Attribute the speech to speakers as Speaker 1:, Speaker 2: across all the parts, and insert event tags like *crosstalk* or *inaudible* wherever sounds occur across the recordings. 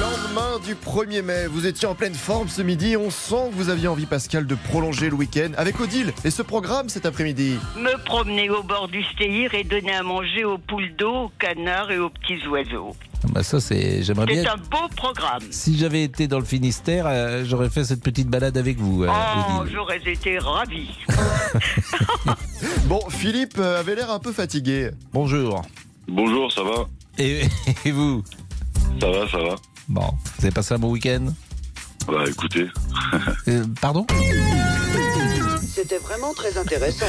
Speaker 1: Lendemain du 1er mai, vous étiez en pleine forme ce midi. On sent que vous aviez envie, Pascal, de prolonger le week-end avec Odile et ce programme cet après-midi.
Speaker 2: Me promener au bord du Steïr et donner à manger aux poules d'eau, aux canards et aux petits oiseaux.
Speaker 3: Ah Bah ça, c'est. J'aimerais bien.
Speaker 2: C'est un beau programme.
Speaker 3: Si j'avais été dans le Finistère, euh, j'aurais fait cette petite balade avec vous. euh,
Speaker 2: Oh,
Speaker 3: Odile.
Speaker 2: j'aurais été ravie.
Speaker 1: Bon, Philippe euh, avait l'air un peu fatigué.
Speaker 3: Bonjour.
Speaker 4: Bonjour, ça va
Speaker 3: Et, *laughs* et vous
Speaker 4: Ça va, ça va
Speaker 3: Bon, vous avez passé un bon week-end
Speaker 4: Bah écoutez,
Speaker 3: Euh, Pardon
Speaker 5: C'était vraiment très intéressant.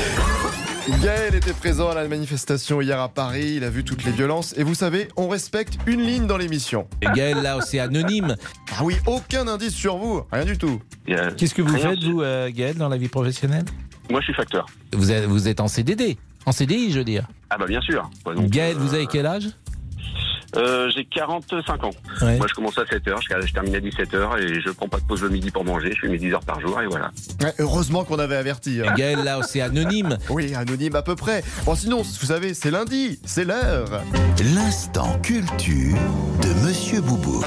Speaker 1: Gaël était présent à la manifestation hier à Paris. Il a vu toutes les violences. Et vous savez, on respecte une ligne dans l'émission.
Speaker 3: Et Gaël, là, c'est anonyme.
Speaker 1: Ah oui, aucun indice sur vous. Rien du tout.
Speaker 4: il y a-
Speaker 3: Qu'est-ce que vous
Speaker 4: Rien.
Speaker 3: faites, vous, euh, Gaël, dans la vie professionnelle
Speaker 4: moi je suis facteur.
Speaker 3: vous êtes, vous êtes en CDD. En CDI, je veux dire.
Speaker 4: Ah bah bien sûr. Ouais, donc,
Speaker 3: Gaël,
Speaker 4: euh,
Speaker 3: vous avez quel âge
Speaker 4: euh, J'ai 45 ans.
Speaker 3: Ouais.
Speaker 4: Moi je commence à 7h, je, je termine à 17h et je prends pas de pause le midi pour manger, je fais mes 10 heures par jour et voilà.
Speaker 1: Ouais, heureusement qu'on avait averti. hein.
Speaker 3: Gaël, là, c'est anonyme.
Speaker 1: Oui, anonyme à peu près. Bon, sinon, vous savez, c'est lundi, c'est l'heure.
Speaker 6: L'instant culture de Monsieur Boubouk.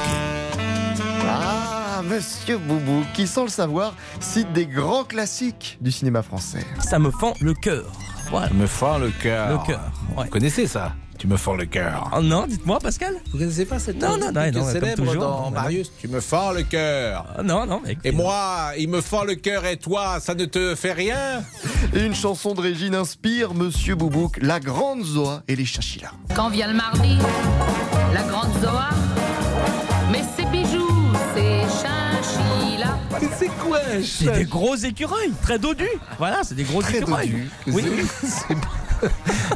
Speaker 1: Ah, Monsieur Boubou, qui sans le savoir cite des grands classiques du cinéma français.
Speaker 7: Ça me fend le cœur. Voilà.
Speaker 3: Me fend le cœur.
Speaker 7: Le cœur. Ouais.
Speaker 3: Vous connaissez ça Tu me fends le cœur.
Speaker 7: Oh non, dites-moi Pascal.
Speaker 3: Vous connaissez pas cette
Speaker 7: Non, non, non,
Speaker 3: musique
Speaker 7: non, comme
Speaker 3: célèbre
Speaker 7: toujours.
Speaker 3: dans
Speaker 7: Non.
Speaker 3: Marius Tu me fends le cœur.
Speaker 7: Oh non, non, mec.
Speaker 3: Et moi, il me fend le cœur et toi, ça ne te fait rien
Speaker 1: Et une chanson de Régine inspire Monsieur Boubouk, La Grande Zoa et les Chachilas.
Speaker 8: Quand vient le mardi, la grande Zoa met ses bijoux, ses chinchillas.
Speaker 3: C'est quoi un
Speaker 7: C'est
Speaker 3: chat
Speaker 7: des gros écureuils, très dodus. Voilà, c'est des gros écureuils. Oui.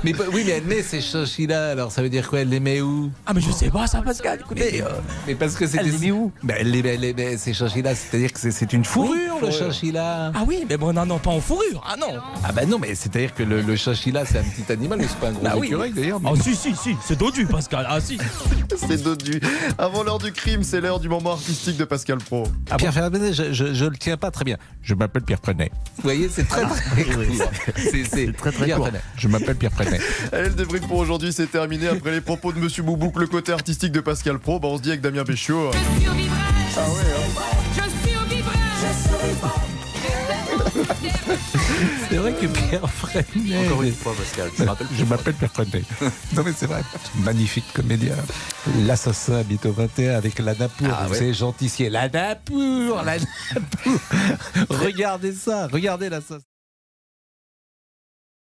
Speaker 3: mais, pas- oui, mais elle met ces chachis-là, alors ça veut dire quoi Elle les met où
Speaker 7: Ah mais je sais pas ça Pascal. Écoutez, euh,
Speaker 3: Mais parce que c'est
Speaker 7: Elle
Speaker 3: des-
Speaker 7: les met où
Speaker 3: Ben, elle les met, elle les met, ces chachis-là, c'est-à-dire que c'est- c'est une fourrure, euh. le chachis-là
Speaker 7: ah oui, mais bon non non pas en fourrure. Ah non.
Speaker 3: Ah bah non, mais c'est-à-dire que le, le chachis-là, c'est un petit animal, mais c'est pas un gros
Speaker 7: Bah oui.
Speaker 3: écureuil d'ailleurs.
Speaker 7: Ah si si si, c'est dodu Pascal. Ah si.
Speaker 1: C'est dodu. Avant l'heure du crime, c'est l'heure du moment artistique de Pascal Pro.
Speaker 3: Pierre Fernet, je, je, je le tiens pas très bien. Je m'appelle Pierre Prenet. Vous voyez, c'est très très court. C'est c'est
Speaker 1: très, très
Speaker 3: Pierre
Speaker 1: court.
Speaker 3: Prenet. Je m'appelle Pierre Prenet.
Speaker 1: Allez, le débrief pour aujourd'hui, c'est terminé. Après les propos de Monsieur Boubouk, le côté artistique de Pascal Pro, bah on se dit avec Damien Béchiot.
Speaker 8: Je suis au vibrage. Ah hein. Je suis au vibrage.
Speaker 3: C'est vrai que Pierre Frenet. Encore une fois, Pascal. Je m'appelle Pierre Frenet. *laughs* Non, mais c'est vrai. Magnifique comédien. L'assassin habite au 21 avec la Napour. vous savez, *laughs* gentil. La Napour, la Napour. Regardez ça. Regardez l'assassin.